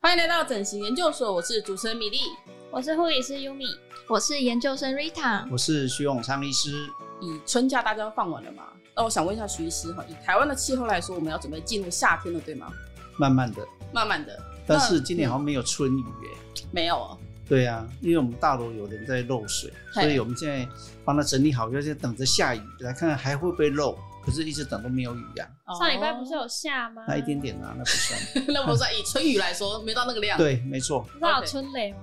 欢迎来到整形研究所，我是主持人米粒。我是护理师 Yumi，我是研究生 Rita。我是徐永昌医师。以春假大家都放完了嘛？那我想问一下徐医师哈，以台湾的气候来说，我们要准备进入夏天了，对吗？慢慢的，慢慢的，但那是今年好像没有春雨耶、没有哦。对啊，因为我们大楼有人在漏水，嘿所以我们现在帮他整理好，要在等着下雨，来看看还会不会漏。可是，一直等都没有雨啊，上礼拜不 是有下吗？那一点点啊，那不算。哦那不算以春雨来说，没到那个量。，对，没错。不是还有春雷吗？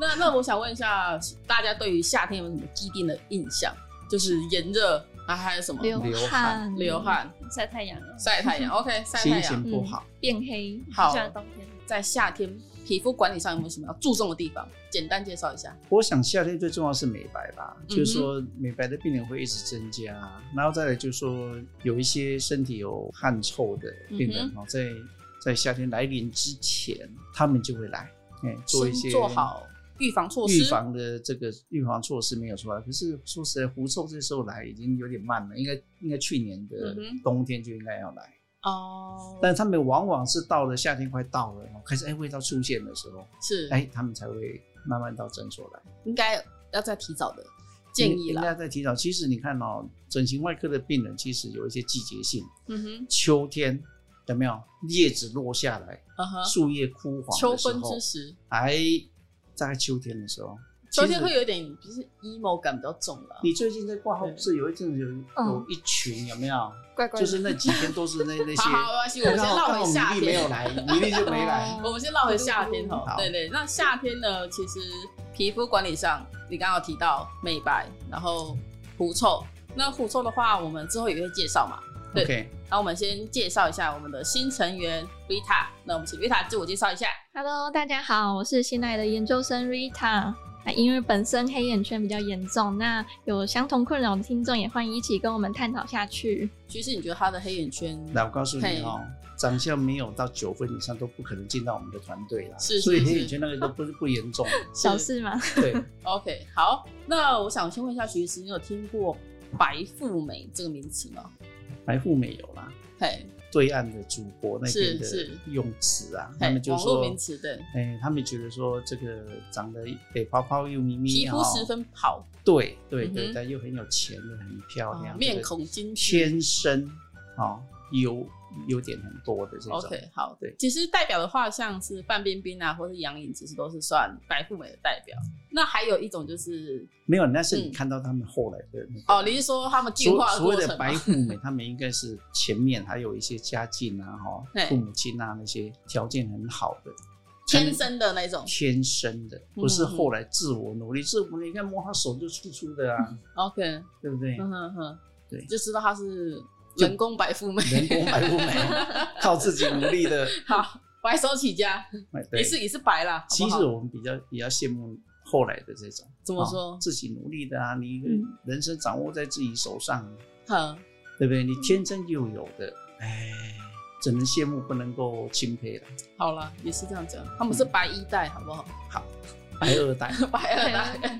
那那我想问一下，大家对于夏天有没有什么既定的印象？就是炎热啊，还有什么哦流汗流汗、晒太阳啊，晒太阳？OK，晒 太心阳嗯情。不好，变黑，好喜欢冬天。在夏天皮肤管理上有没有什么要注重的地方？简单介绍一下。我想夏天最重要的是美白吧，嗯哼就是说美白的病人会一直增加，然后再来就是说有一些身体有汗臭的病嗯人哦，在在夏天来临之前，他们就会来，哎、做一些先做好预防措施。预防的这个预防措施没有出来，可是说实在，狐臭这时候来已经有点慢了，应该应该去年的嗯哼冬天就应该要来，哦，但是他们往往是到了夏天快到了，哦开始哎味道出现的时候，是哎他们才会慢慢到诊所来。应该要再提早的建议应啦。该再提早。其实你看哦，整形外科的病人其实有一些季节性，嗯哼，秋天有没有叶子落下来，嗯哼，树叶枯黄秋的时分候之，时，啊哎，在秋天的时候，秋天其实会有点就是 emo 感比较重了。你最近在挂号对不是有一阵子有嗯有一群有没有？怪怪就是那几天 都是那那些好，好，没关系，我们先刚好绕回夏米粒没有天。来，米粒就没来哦。我们先绕回夏天哈，好对对，那夏天呢，其实皮肤管理上，你刚刚有提到美白，然后狐臭。那狐臭的话，我们之后也会介绍嘛。对 OK，那我们先介绍一下我们的新成员 Rita，那我们请 Rita 自我介绍一下。 Hello，大家好，我是新来的研究生 Rita。那因为本身黑眼圈比较严重，那有相同困扰的听众也欢迎一起跟我们探讨下去。其实你觉得他的黑眼圈来我告诉你嘿哦，长相没有到九分以上都不可能进到我们的团队啦。是是所以是黑眼圈那个都不是不严重的。 小事嘛，对， OK，好，那我想先问一下徐医师，你有听过白富美这个名词吗？白富美有啦，嘿，对岸的主播那边是是的用词啊，他嘿们，就网络说名，词，对，哎、他们觉得说这个长得北泡泡又咪咪，皮肤哦十分好，对对嗯哼对，但又很有钱，又很漂亮，哦这个面孔精致。天生啊、哦、优优点很多的这种。 OK，好，对其实代表的话，像是范冰冰啊，或是杨颖，其实都是算白富美的代表。那还有一种就是，没有，那是嗯你看到他们后来的那个哦，你是说他们进所化的所过谓程的白吗？富美， 他们应该是前面还有一些家境啊，哈对，父母亲啊那些条件很好的，天生的那种嗯天生的，不是后来自我努力。自我努力，你看摸他手就粗粗 的啊， ，OK，对不对？嗯哼哼，对就知道她是人工白富美。人工白富美， 靠自己努力的。好，白手起家，哎对也，是也是白啦。好其不好实我们比较比较羡慕后来的这种，怎么哦说？自己努力的啊，你嗯人生掌握在自己手上，哼，对嗯不对？你天生就有的，哎，只能羡慕，不能够钦佩了。好了，也是这样讲，他们嗯是白一代，好不 好？白 二代，白二代。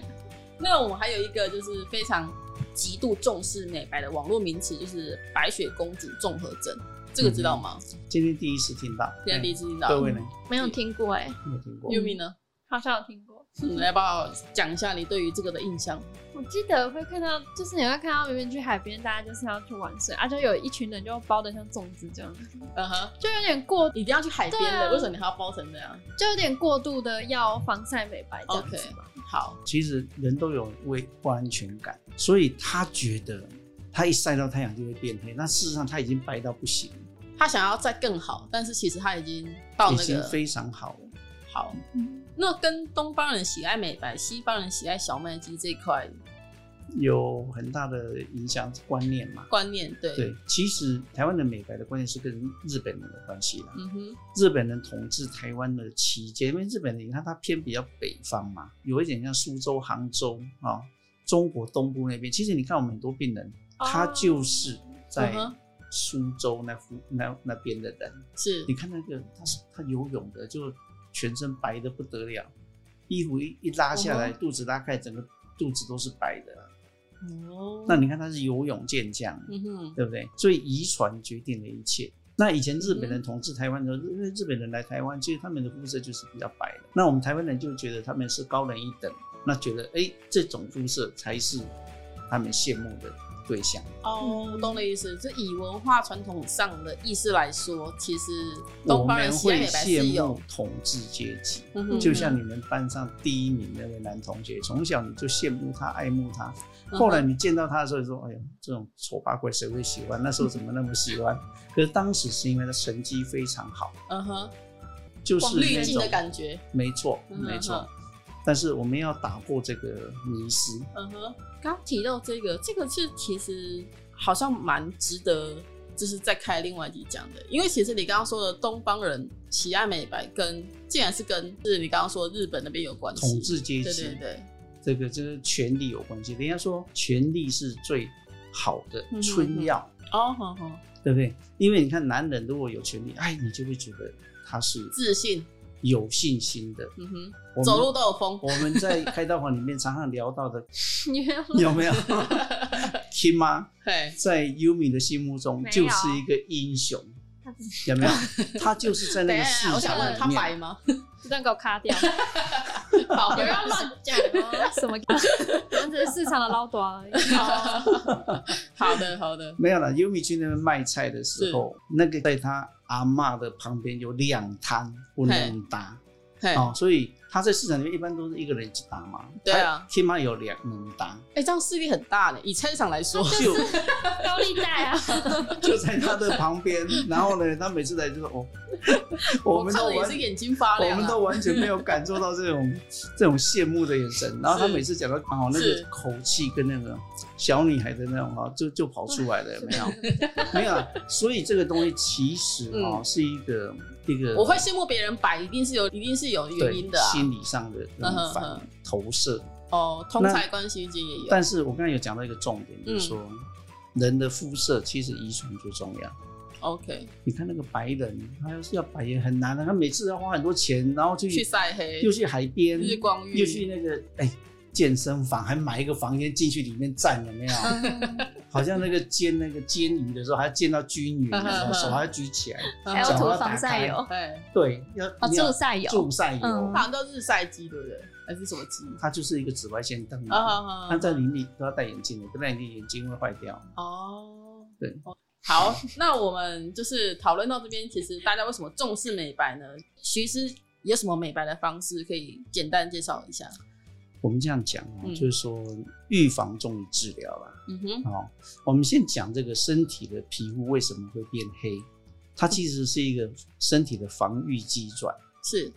那我们还有一个就是非常极度重视美白的网络名词，就是白雪公主综合症，这个知道吗？今天第一次听到，现在第一次，次听到。各位呢没有听过哎、没有听过？ Yumi 呢？嗯好像有听过。你来帮我讲一下你对于这个的印象。我记得会看到，就是你会看到明明去海边，大家就是要去玩水，啊，就有一群人就包的像粽子这样，嗯哼，就有点过，你一定要去海边对的，啊为什么你还要包成这样？就有点过度的要防晒美白这样子嘛。好，其实人都有为不安全感，所以他觉得他一晒到太阳就会变黑，那事实上他已经白到不行，他想要再更好，但是其实他已经到已那经个非常好了。好。嗯那跟东方人喜爱美白，西方人喜爱小麦肌这一块有很大的影响观念嘛。观念，对，对，其实台湾的美白的观念是跟日本人的关系啦。嗯哼，日本人统治台湾的期间，因为日本人你看它偏比较北方嘛，有一点像苏州、杭州啊、中国东部那边。其实你看我们很多病人，他就是在哦嗯哼苏州那附那那边的人。是你看那个他是他游泳的，就全身白的不得了，衣服一一拉下来，嗯肚子拉开，整个肚子都是白的啊、哦那你看他是游泳健将，嗯哼，对不对？所以遗传决定了一切。那以前日本人统治台湾的时候，因为日本人来台湾，其实他们的肤色就是比较白的。那我们台湾人就觉得他们是高人一等，那觉得哎、这种肤色才是他们羡慕的对象。哦，我懂你的意思，就以文化传统上的意思来说，其实我东方人们西洋会美白是羡有慕，统治阶级，嗯哼就像你们班上第一名那位男同学，从小你就羡慕他、爱慕他，嗯后来你见到他的时候你说：“哎呀，这种丑八怪谁会喜欢？那时候怎么那么喜欢？” 可是当时是因为他成绩非常好，嗯哼，就是滤那镜种的感觉，没错，嗯没嗯错。但是我们要打破这个迷失，嗯哼，刚提到这个，这个是其实好像蛮值得，就是再开另外一集讲的，因为其实你刚刚说的东方人喜爱美白跟，竟然是跟是你刚刚说日本那边有关系，统治阶对对级，对，这个就是权力有关系。人家说权力是最好的嗯哼春药。哦，好好，对不对？因为你看，男人如果有权利，哎，你就会觉得他是自信，有信心的。嗯哼，我们走路都有风，我们在开刀房里面常常 聊到的，你没有有没有？Kim 妈嘿，在 Yumi 的心目中没有就是一个英雄，有 没有？他就是在等那一个下，我市想场问里他白面，吗？ 这段给我卡掉，好，不要乱讲哦，什么？我只是市场的捞短而已。好的好的，没有了。Yumi 去那边卖菜的时候，那个在他阿嬷的旁边有两摊不能搭嘿，哎、哦，所以他在市场里面一般都是一个人去搭嘛。对啊，Kim 妈有两能搭，哎这样势力很大呢，以菜市场来说，就。 高利贷啊，就在他的 旁边，然后呢，他每次来就说哦，我们看都了也完是，眼睛发我亮、啊，们都完全没有感受到这 种这种羡慕的眼神。然后他是每次讲到刚好那是个口气跟那个小女孩的那种哈，就就跑出来了，有没有？ 没有啊，所以这个东西其实哈、是一个一个嗯我会羡慕别人白，一定是有，一定是有原对因的啊。心理上的那嗯哼种反嗯投射。哦，通才关系间也有。但是我刚才有讲到一个重点，就嗯是说、人的肤色其实遗传最重要。 OK，你看那个白人，他要是要白也很难啊，他每次要花很多钱，然后去去晒黑，又去海边，又去光浴嗯又去那个哎、健身房，还买一个房间进去里面站，有没有？嗯 好像那个煎那个煎鱼的时候，还要煎到均匀，嗯嗯嗯手还要举起来，还要讲涂话打防晒开油，哎，对，要哦，你要助晒油，助晒油嗯，好像叫日晒机，对不对？还是什么机？它就是一个紫外线灯啊嘛。好好它在里面都要戴眼镜的，不戴眼镜眼睛会坏掉。哦，对哦。好，那我们就是讨论到这边，其实大家为什么重视美白呢？其实有什么美白的方式可以简单介绍一下？我们这样讲哦，嗯就是说预防重于治疗啦。嗯哼，哦，我们先讲这个身体的皮肤为什么会变黑，它其实是一个身体的防御机转。是，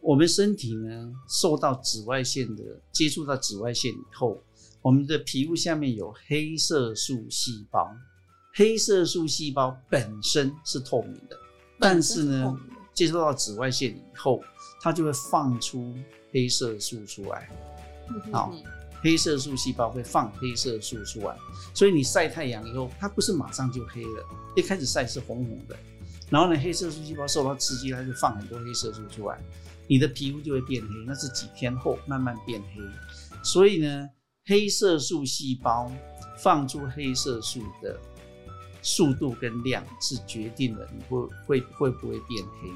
我们身体呢受到紫外线的接触到紫外线以后，我们的皮肤下面有黑色素细胞，黑色素细胞本身是透明的，但是本身是透呢明的，接触到紫外线以后，它就会放出黑色素出来。好嗯哼黑色素细胞会放黑色素出来，所以你晒太阳以后，它不是马上就黑了，一开始晒是红红的，然后呢，黑色素细胞受到刺激，它就放很多黑色素出来，你的皮肤就会变黑，那是几天后慢慢变黑，所以呢，黑色素细胞放出黑色素的速度跟量是决定了你会会会不会变黑。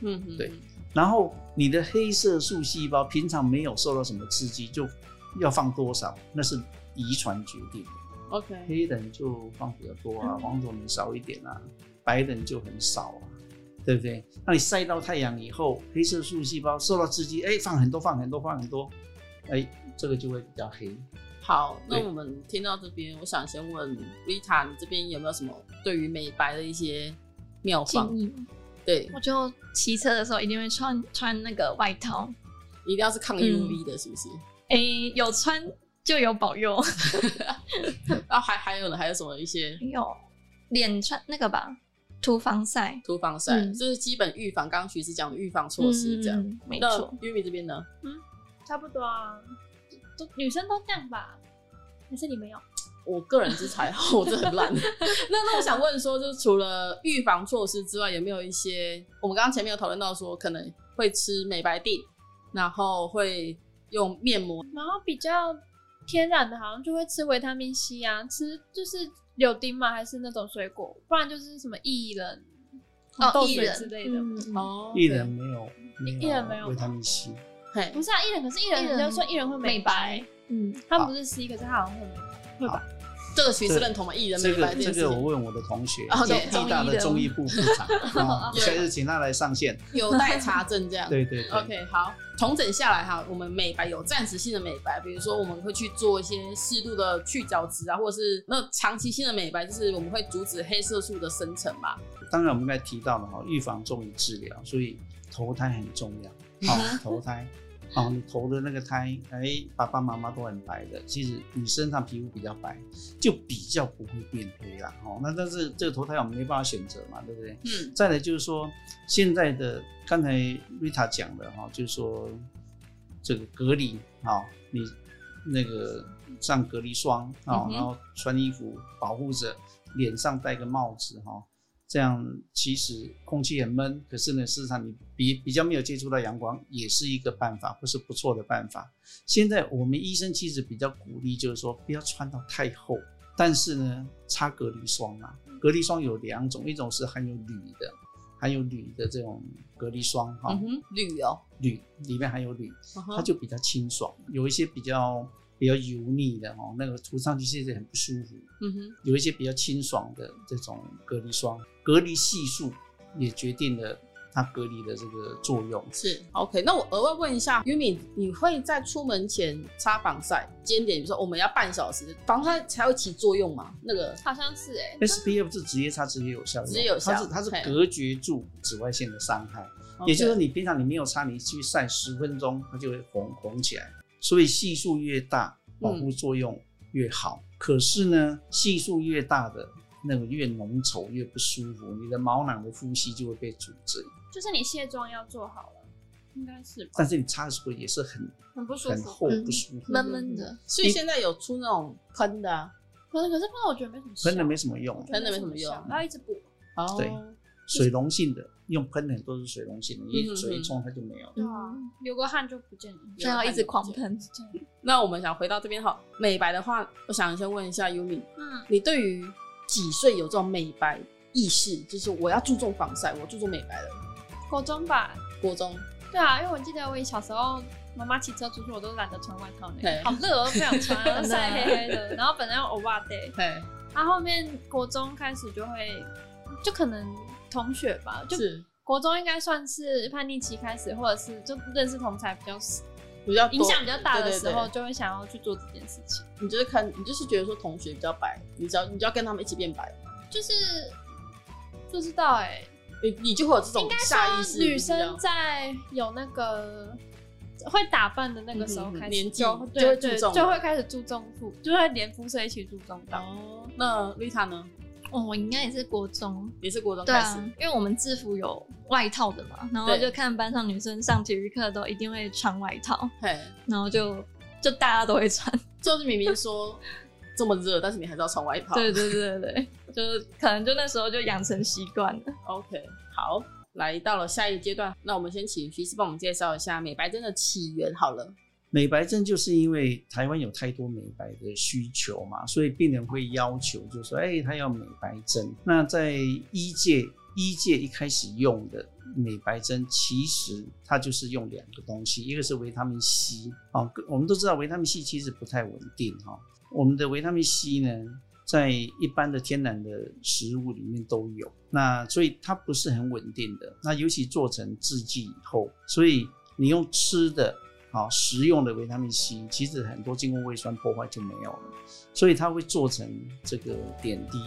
嗯哼，对然后你的黑色素细胞平常没有受到什么刺激，就要放多少，那是遗传决定的。 ，OK，黑人就放比较多嗯啊，黄种人少一点啊，白人就很少啊，对不对？那你晒到太阳以后，黑色素细胞受到刺激，哎，放很多，放很多，放很多，哎，这个就会比较黑。好，那对我们听到这边，我想先问 Rita，你这边有没有什么对于美白的一些妙建方？议。对，我就骑车的时候一定会穿穿那个外套，一定要是抗嗯 UV 的，是不是？诶、有穿就有保佑，啊，还还有呢，还有什么一些还有脸穿那个吧，涂防晒涂防晒，嗯就是基本预防。刚刚徐师讲的预防措施这样。嗯没那错。 Yumi 这边呢？差不多啊，都女生都这样吧？还是你没有？哦我个人是 还好，我真的很懒。那那我想问说，就是除了预防措施之外，有没有一些我们刚刚前面有讨论到说，可能会吃美白定，然后会用面膜，然后比较天然的，好像就会吃维他命 C 啊，吃就是柳丁嘛，还是那种水果，不然就是什么薏仁、哦豆薏水仁之类的。嗯，哦，哦，薏仁没有薏仁没有维他命 C，嘿不，是啊，薏仁可是薏薏仁，仁人家说薏仁会美美白，白，嗯，它不是 C，可是它好像会美白。这个其实认同嘛，艺人这美白个这件事个我情，问我的同学，哦对北大的中医部部长， 啊对下次请他来上线。有待查证这样。对对对 OK，好，重整下来哈，我们美白有暂时性的美白，比如说我们会去做一些适度的去角质啊，或者是那长期性的美白，就是我们会阻止黑色素的生成嘛。当然我们刚才提到了哈，预防重于治疗，所以投胎很重要。哦，投胎，哦，你投的那个胎，哎，爸爸妈妈都很白的，其实你身上皮肤比较白，就比较不会变黑啦。哦，那但是这个投胎我们没办法选择嘛，对不对？嗯，再来就是说，现在的刚才瑞塔讲的哈，就是说这个隔离啊，你那个上隔离霜嗯，啊哼然后穿衣服保护着，脸上戴个帽子哈，这样其实空气很闷，可是呢，事实上你比比较没有接触到阳光，也是一个办法，不是不错的办法。现在我们医生其实比较鼓励，就是说不要穿到太厚，但是呢，擦隔离霜啊，嗯隔离霜有两种，一种是含有铝的，含有铝的这种隔离霜哈嗯，哼，绿哦，铝、里面含有铝，嗯它哼就比较清爽。有一些比较比较油腻的哦，那个涂上去其实很不舒服。嗯哼，有一些比较清爽的这种隔离霜，隔离系数也决定了它隔离的这个作用。是 OK。那我额外问一下，于敏，你会在出门前擦防晒？今天点，比如说我们要半小时，防晒才会起作用嘛？那个好像是哎、 SPF 是直接擦直接有效的，直接有效它是它是嘿隔绝住紫外线的伤害。也就是说，你平常你没有擦，你去晒十分钟，它就会红红起来。所以系数越大，保护作用越好。可是呢，系数越大的那个越浓稠，越不舒服，你的毛囊的呼吸就会被阻滞。就是你卸妆要做好了，应该是吧？但是你擦的时候也是很很不舒很服。厚嗯不舒服，闷闷的，所以现在有出那种喷的、啊，可是可是那我觉得没什么效，喷的没什么用我。觉得喷的没什么用效要一直补。哦对水溶性的用喷的很多是水溶性的，嗯你嗯水一嗯冲它就没有了。对啊，流过汗就不见了。所以要一直狂啊喷。那我们想回到这边哈，美白的话，我想先问一下优米，嗯，你对于几岁有这种美白意识，就是我要注重防晒，我注重美白了？国中吧，国中对啊，因为我记得我小时候妈妈骑车出去，我都懒得穿外套对呢，好热哦，不想穿， 然后晒黑黑的。然后本来要欧巴 day，对，然啊后后面国中开始就会，就可能同学吧，就是国中应该算是叛逆期开始，或者是就认识同才比较比较多影响比较大的时候，对对就会想要去做这件事情。对你就是看，你就是觉得说同学比较白，你只要你就要跟他们一起变白，就是不知道哎、你你就会有这种下意识，女你生知道在有那个会打扮的那个时候嗯嗯嗯开始年纪就，就会对对，注重就会开始注重肤，就会连肤色一起注重到。哦。那丽塔呢？哦，我应该也是国中，也是国中对开啊始，，因为我们制服有外套的嘛，然后对就看班上女生上体育课都一定会穿外套，嘿，然后就就大家都会穿，就是明明说这么热，但是你还是要穿外套。对对对对，对就是可能就那时候就养成习惯了。 OK，好，来到了下一个阶段，那我们先请徐师帮我们介绍一下美白针的起源好了。美白症就是因为台湾有太多美白的需求嘛，所以病人会要求就说，哎，他要美白针。那在医界，医界一开始用的美白针，其实它就是用两个东西，一个是维他命 C 啊、哦，我们都知道维他命 C 其实不太稳定哈、我们的维他命 C 呢，在一般的天然的食物里面都有，那所以它不是很稳定的。那尤其做成制剂以后，所以你用吃的。好食用的维他命 C，其实很多经过胃酸破坏就没有了，所以它会做成这个点滴，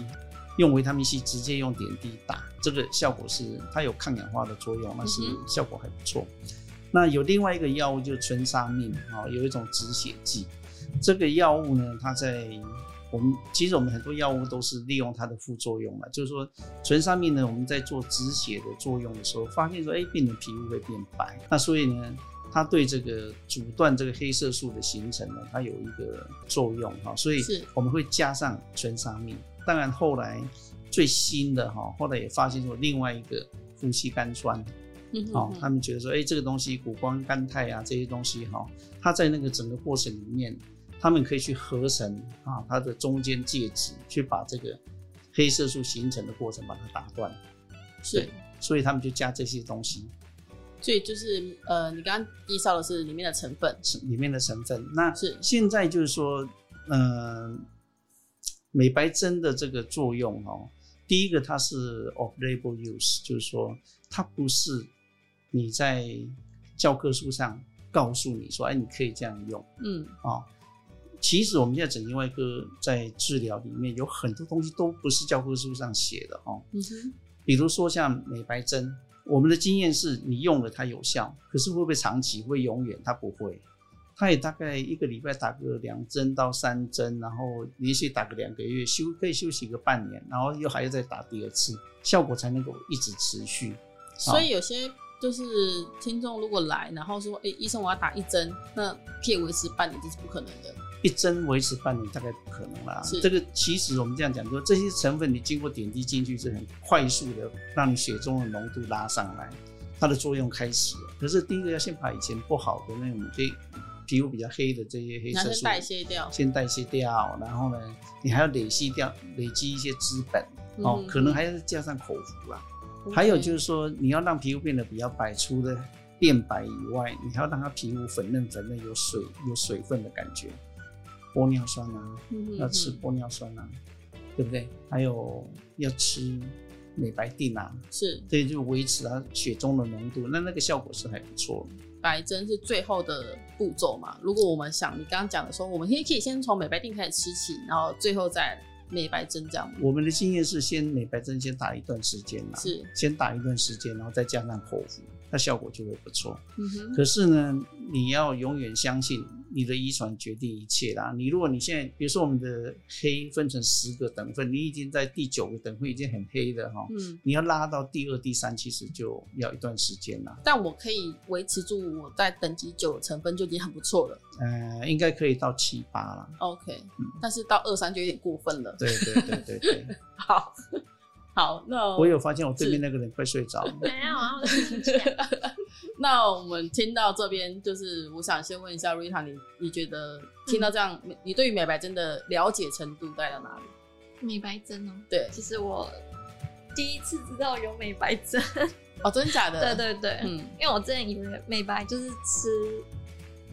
用维他命 C 直接用点滴打，这个效果是它有抗氧化的作用，那是嗯效果还不错。那有另外一个药物就是春沙命啊、哦有一种止血剂，这个药物呢，它在我们其实我们很多药物都是利用它的副作用嘛，就是说纯沙命呢，我们在做止血的作用的时候，发现说，哎，病人皮肤会变白，那所以呢，它对这个阻断这个黑色素的形成呢，它有一个作用哈，所以是我们会加上纯沙命。当然后来最新的哈，后来也发现说另外一个呼吸甘酸，嗯哼哦哼，他们觉得说，哎、这个东西谷胱甘肽啊这些东西哈、它在那个整个过程里面，他们可以去合成啊它的中间介质，去把这个黑色素形成的过程把它打断，是对，所以他们就加这些东西所以就是呃，你刚刚介绍的是里面的成分，是里面的成分。那是现在就是说，呃，美白针的这个作用哦，第一个它是 off-label use，就是说它不是你在教科书上告诉你说，哎，你可以这样用嗯，啊、哦其实我们现在整形外科在治疗里面有很多东西都不是教科书上写的哦，嗯哼，比如说像美白针，我们的经验是你用了它有效，可是会不会长期会永远？它不会，它也大概一个礼拜打个两针到三针，然后连续打个两个月，休可以休息个半年，然后又还要再打第二次，效果才能够一直持续。所以有些就是听众如果来，然后说，哎、医生我要打一针，那可以维持半年，这是不可能的。一针维持半年大概不可能啦是。这个其实我们这样讲说，这些成分你经过点滴进去是很快速的，让你血中的浓度拉上来，它的作用开始了。可是第一个要先把以前不好的那种黑皮肤比较黑的这些黑男色生素代谢掉，先代谢掉，然后呢，你还要累积掉累积一些资本哦，嗯可能还要加上口服啊啦。 OK 还有就是说，你要让皮肤变得比较白，除了变白以外，你还要让它皮肤粉嫩粉嫩，有水有水分的感觉。玻尿酸啊，嗯哼要吃玻尿酸啊，对不对？还有要吃美白定啊，是这就维持它血中的浓度，那那个效果是还不错。白针是最后的步骤嘛？如果我们想你刚刚讲的说，我们可以可以先从美白定开始吃起，然后最后再美白针这样吗我们的经验是，先美白针先打一段时间啦，是，先打一段时间，然后再加上口服，那效果就会不错。嗯哼，可是呢，你要永远相信你的遗传决定一切啦。你如果你现在，比如说我们的黑分成十个等份，你已经在第九个等份已经很黑了哈、嗯，你要拉到第二、第三，其实就要一段时间啦。但我可以维持住我在等级九的成分就已经很不错了。呃，应该可以到七八啦。 OK，、但是到二三就有点过分了。对对对对对， 好，好，那我有发现我对面那个人快睡着了。没有啊，我是 听起来那我们听到这边，就是我想先问一下 Rita，你你觉得听到这样，你你对于美白针的了解程度大概到哪里？美白针哦，对，其实我第一次知道有美白针，哦，真的假的？对， 对对，嗯，因为我之前以为美白就是吃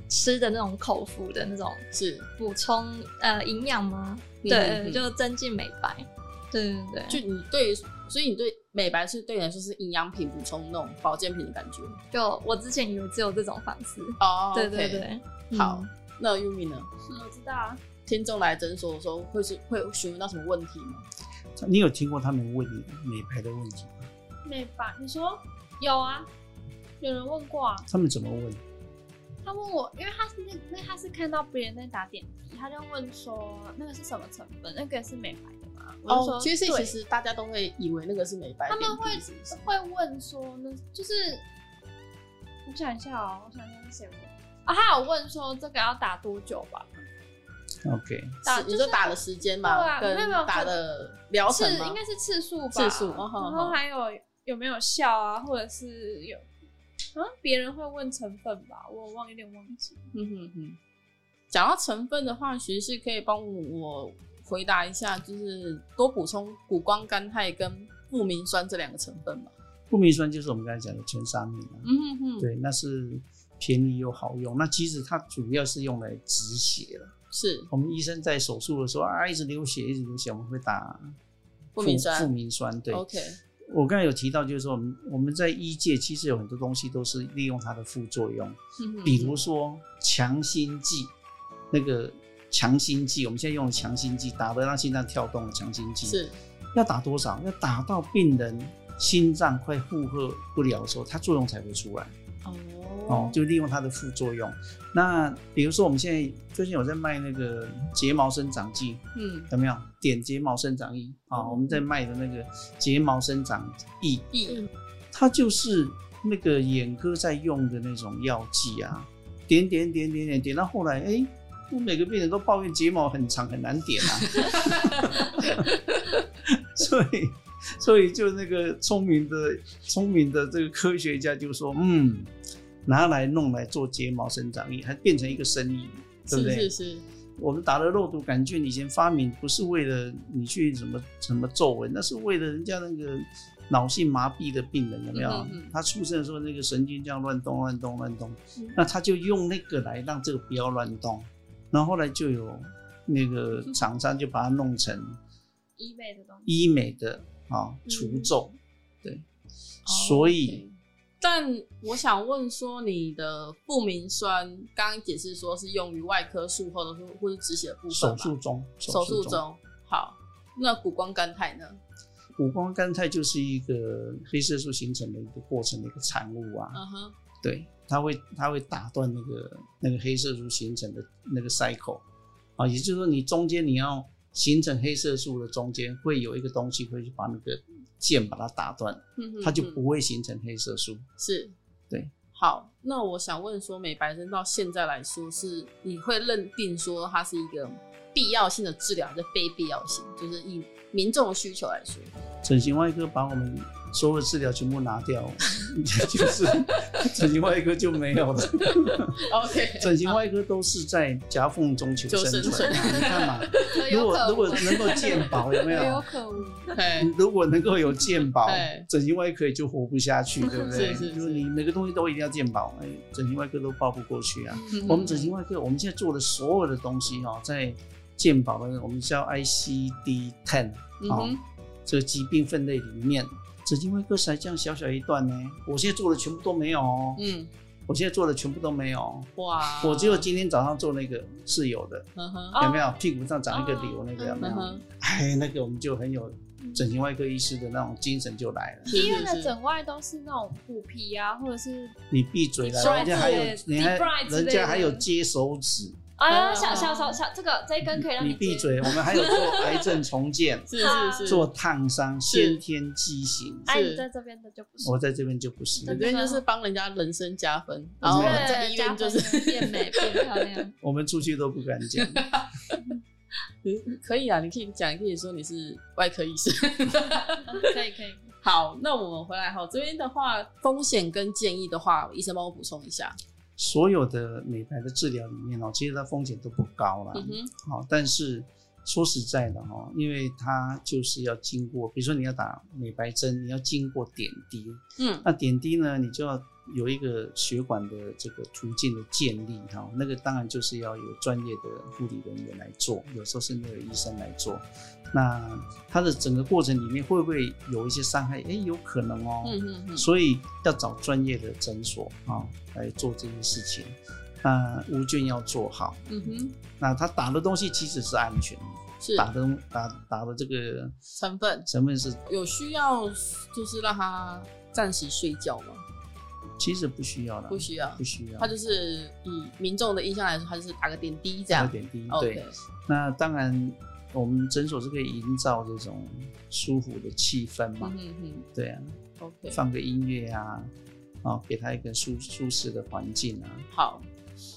吃的那种口服的那种是，补充呃营养吗？嗯对，嗯就增进美白。对对对，就你对于，所以你对美白是对你来说是营养品补充那种保健品的感觉就我之前以为只有这种方式。哦对对，对，嗯好，那 Yumi 呢？我知道啊，听众来诊所的时候会是会询问到什么问题吗？你有听过他们问你美白的问题吗？美白，你说有啊，有人问过啊，他们怎么问？他问我，因为他是那那他是看到别人在打点滴，他就问说那个是什么成分，那个是美白的吗？我就说、哦，其实对其实大家都会以为那个是美白他点滴，们会是不是会问说呢，就是我想一下哦，我想一下是谁问啊？他有问说这个要打多久吧？ OK，打是你就说是打的时间嘛，对跟啊没有没有打的疗次程吗应该是次数吧，次数哦好然好后还有有没有效啊，或者是有，嗯，别人会问成分吧，我忘有点忘记。嗯哼哼。讲到成分的话，其实是可以帮我回答一下，就是多补充谷胱甘肽跟复明酸这两个成分嘛。不明酸就是我们刚才讲的全沙米啊。嗯哼哼，对，那是便宜又好用。那其实它主要是用来止血了。是我们医生在手术的时候啊，一直流血，一直流血，我们会打复明复酸。明酸。对 OK，我刚才有提到，就是说我们我们在医界其实有很多东西都是利用它的副作用，嗯哼比如说强心剂，那个强心剂，我们现在用的强心剂，打得让心脏跳动的强心剂，是要打多少？要打到病人心脏快负荷不了的时候，它作用才会出来。哦哦，就利用它的副作用。那比如说我们现在最近有在卖那个睫毛生长剂，嗯，有没有？点睫毛生长液啊、嗯我们在卖的那个睫毛生长液，益它就是那个眼科在用的那种药剂啊，点点点点点点，到后来哎。我每个病人都抱怨睫毛很长很难点啊， 所以所以就那个聪明的聪明的这个科学家就说，嗯，拿来弄来做睫毛生长液，还变成一个生意，对是不对？是是，哦我们打的肉毒杆菌以前发明不是为了你去什么什么皱纹，那是为了人家那个脑性麻痹的病人有没有？嗯嗯嗯他出生的时候那个神经这样乱动乱动乱动嗯，那他就用那个来让这个不要乱动，然后后来就有那个厂商就把它弄成医美的东西，医美的啊除皱，嗯对，哦所以 OK 但我想问说，你的复明酸刚刚解释说是用于外科术后的或或是止血的部分手嘛术中手术中中。好，那谷胱甘肽呢？谷胱甘肽就是一个黑色素形成的一个过程的一个产物啊，嗯哼，对，它会它会打断那个那个黑色素形成的那个 cycle 啊，也就是说你中间你要形成黑色素的中间会有一个东西会去把那个键把它打断，嗯哼它就嗯不会形成黑色素。是，对。好，那我想问说，美白针到现在来说是，你会认定说它是一个必要性的治疗，还是非必要性？就是以民众的需求来 说，整形外科把我们所有的治疗全部拿掉， 就是整形外科就没有了。 OK，整形外科都是在夹缝中求求生生存啊，你看嘛，可如有果可如果无，能够健保有没可有有？可无。对，如果能够有健保哎，整形外科也就活不 下去，对不对？是是是就是你每个东西都一定要健保，哎，整形外科都报不过去啊。嗯我们整形外科，我们现在做的所有的东西哦，在健保的我们叫 ICD ten 嗯啊、哼，这个疾病分类里面，整形外科才这样小小一段呢。我现在做的全部都没有哦，嗯，我现在做的全部都没有哦，哇，我只有今天早上做那个是有的，嗯哼，哦有没有？屁股上长一个瘤那个有没嗯有？哼，哎，那个我们就很有整形外科医师的那种精神就来了。医院是的是、整外都是那种虎皮啊，或者是你闭嘴了， Deep 人家还有 fried 你还 deep fried 之类人的家还有接手指，啊，小小小小，这个这一根可以让你闭接。嘴。我们还有做癌症重建 是是是，做烫伤、先天畸形。哎，是你在这边的就不行。我在这边就不是整，边就是帮人家人生加分，然我后们对在医院就是 加分变美变漂亮。我们出去都不敢 讲。可以啊，你可以讲，你可以说你是外科医生。 嗯可以可以。好，那我们回来后这边的话，风险跟建议的话，医生帮我补充一下。所有的美白的治疗里面哦，其实它风险都不高啦。嗯哼，好、但是说实在的哈、因为它就是要经过，比如说你要打美白针，你要经过点滴，嗯，那点滴呢，你就要有一个血管的这个途径的建立哈、那个当然就是要有专业的护理人员来做，有时候甚至有医生来做。那它的整个过程里面会不会有一些伤害？诶，有可能哦。嗯嗯嗯，所以要找专业的诊所啊、来做这件事情。那无菌要做好，嗯哼，那他打的东西其实是安全的，是打的东打打的这个成分成分是有需要，就是让他暂时睡觉吗？其实不需要的，不需要不，需要，他就是以民众的印象来说，他就是打个点滴这打样了。点滴。对 OK，，那当然我们诊所是可以营造这种舒服的气氛嘛嗯，嗯对啊，嗯，OK，放个音乐啊，啊、给他一个舒舒适的环境啊，好，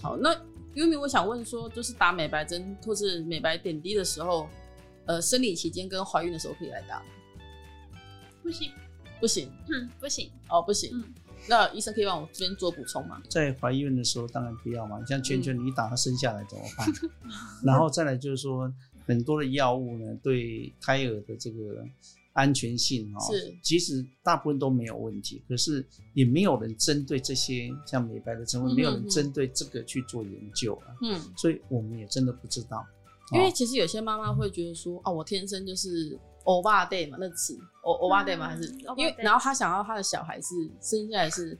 好，那 Yumi，我想问说，就是打美白针或是美白点滴的时候，呃，生理期间跟怀孕的时候可以来打吗？不行，不行嗯，不行。哦，不行。嗯那医生可以帮我这边做补充吗？在怀孕的时候当然不要嘛，像圈圈你一打它生下来怎么办？嗯然后再来就是说很多的药物呢，对胎儿的这个安全性哦，是其实大部分都没有问题，可是也没有人针对这些像美白的成分，嗯没有人嗯针对这个去做研究啊，嗯，所以我们也真的不知道。因为其实有些妈妈会觉得说，啊，我天生就是欧巴 day 嘛，那词欧欧巴 day 嘛，还是嗯欧巴因为 day 然后她想要她的小孩是生下来是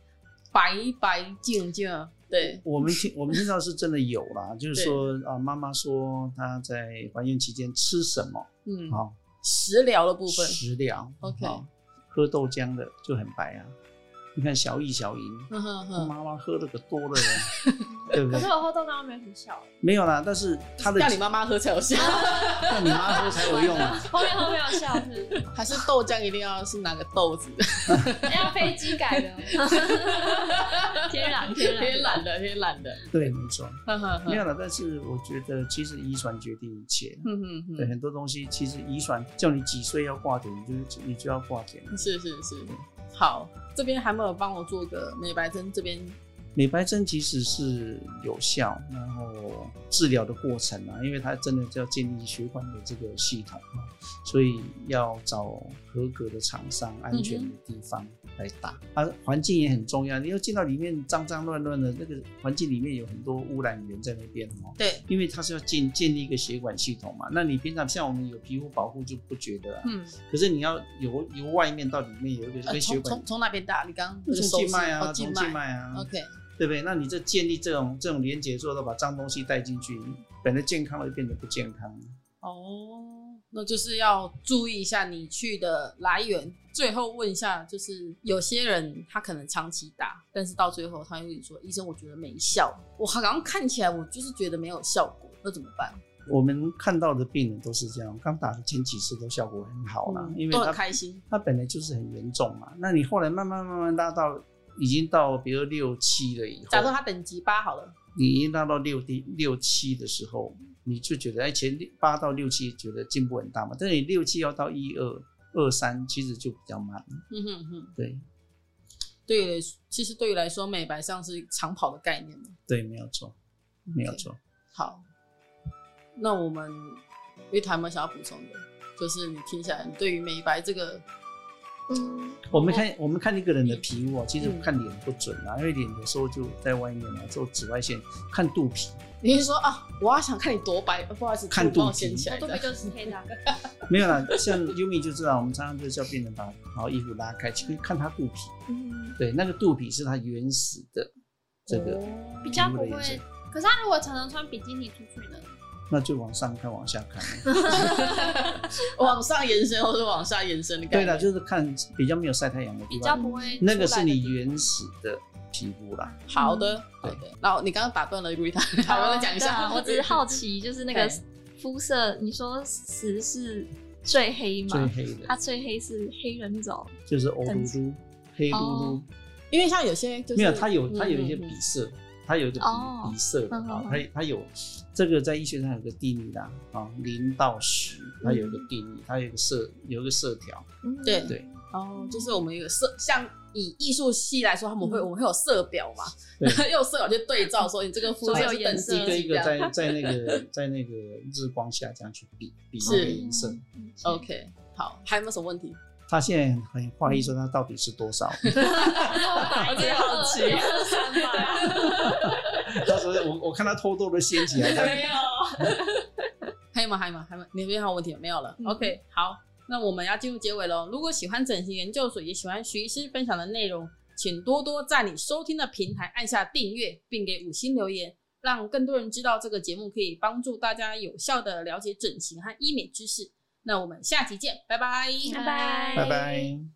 白白净净，啊对，我 们听我们听到是真的有啦，就是说啊，妈妈说她在怀孕期间吃什么嗯，啊、哦食疗的部分，食疗 OK 好喝豆浆的就很白啊。你看小易、小莹，哼哼哼，妈妈喝了可多了耶， 对不 可是对？我后豆刚刚没有很小，没有啦，但是她的要你妈妈喝才有嗯效，要你妈喝才有用 啊。后面后面有笑 是还是豆浆一定要是拿个豆 子的，要飞机改 的，天然天然天然的，天然 的，对，没错，哼哼哼没有啦。但是我觉得其实遗传决定一切，哼哼对哼，很多东西其实遗传叫你几岁要挂点，你就你就要挂点。是是是，好，这边还没有帮我做个美白针这边美白针即使是有效，然后治疗的过程啊，因为它真的要建立血管的这个系统啊，所以要找合格的厂商、安嗯全的地方来打。啊，环境也很重要，你要进到里面脏脏乱乱的那个环境里面有很多污染源在那边哦。对，因为它是要建建立一个血管系统嘛，那你平常像我们有皮肤保护就不觉得啊，嗯，可是你要由由外面到里面有一个呃跟血从管从从哪边打？你刚刚那个从静手脉势啊，哦从静静脉脉啊， ，OK，对不对？那你这建立这种这种连接之后，把脏东西带进去，本来健康的就变得不健康了。哦，那就是要注意一下你去的来源。最后问一下，就是有些人他可能长期打，但是到最后他会跟你说：“医生，我觉得没效，我好像看起来我就是觉得没有效果，那怎么办我们看到的病人都是这样，刚打的前几次都效果很？”好啦，因嗯为都很他开心，他本来就是很严重嘛。那你后来慢慢慢慢拉到已经到比如六七了以后，假设他等级八好了，你已经拉到六第六七的时候，你就觉得哎，前六八到六七觉得进步很大嘛，但是你六七要到一二二三，其实就比较慢。嗯哼哼，对对于来说，其实对于来说，美白像是长跑的概念嘛。嗯对，没有错，没有错。好，那我们因为台们想要补充的，就是你听起来，你对于美白这个，嗯，我哦们看我们看一个人的皮肤哦，其实看脸不准啊，因为脸有时候就在外面啊，做紫外线，看肚皮，你是说啊，我要想看你多白，呃不好意思，看帮我肚皮掀起来我肚皮的，就是黑的啊，没有啦，像 Yumi 就知道，我们常常就叫病人把然后衣服拉开，去看他肚皮，嗯对，那个肚皮是他原始的这个，哦比较不皮肤的颜会色。可是他如果常常穿比基尼出去呢？那就往上看，往下看。往上延伸，或是往下延伸的感对觉。了，就是看比较没有晒太阳的比地较方，不会那个是你出来的原始的皮肤啦。嗯好的，好对的。然后你刚刚打断了 Rita，好，我 再讲一对下啊。我只是 好奇，就是那个对肤色，你说石是最黑最吗？黑它啊的最黑是黑的那种，就是欧嘟嘟、黑嘟嘟哦，因为像有些就是没有，它有它有一些嗯比嗯嗯色，它有一个哦比比色的嗯嗯啊，嗯它它有这个在医学上有个定义啦啊，零到十它有一个定义，它有一个色有一个色条，嗯嗯对对哦，就是我们有色，像以艺术系来说，他们会、嗯我们会有色表嘛，对然后用色表去对照，说你这个肤所色有是等颜级色几一个一这个样在在那 个在那个日光下这样去比比那个是嗯嗯颜色。 OK，好，还有没有什么问题？他现在很怀嗯疑说它到底是多少，我 真的好奇有二三啊吧，到时候我我看他偷偷的掀起 来，他有。还有吗？还有吗？还有吗？你没有问题了没有了、嗯 o k 好，那我们要进入结尾喽。如果喜欢整形研究所，也喜欢徐医师分享的内容，请多多在你收听的平台按下订阅，并给五星留言，让更多人知道这个节目可以帮助大家有效的了解整形和医美知识。那我们下期见，拜拜，拜拜拜拜。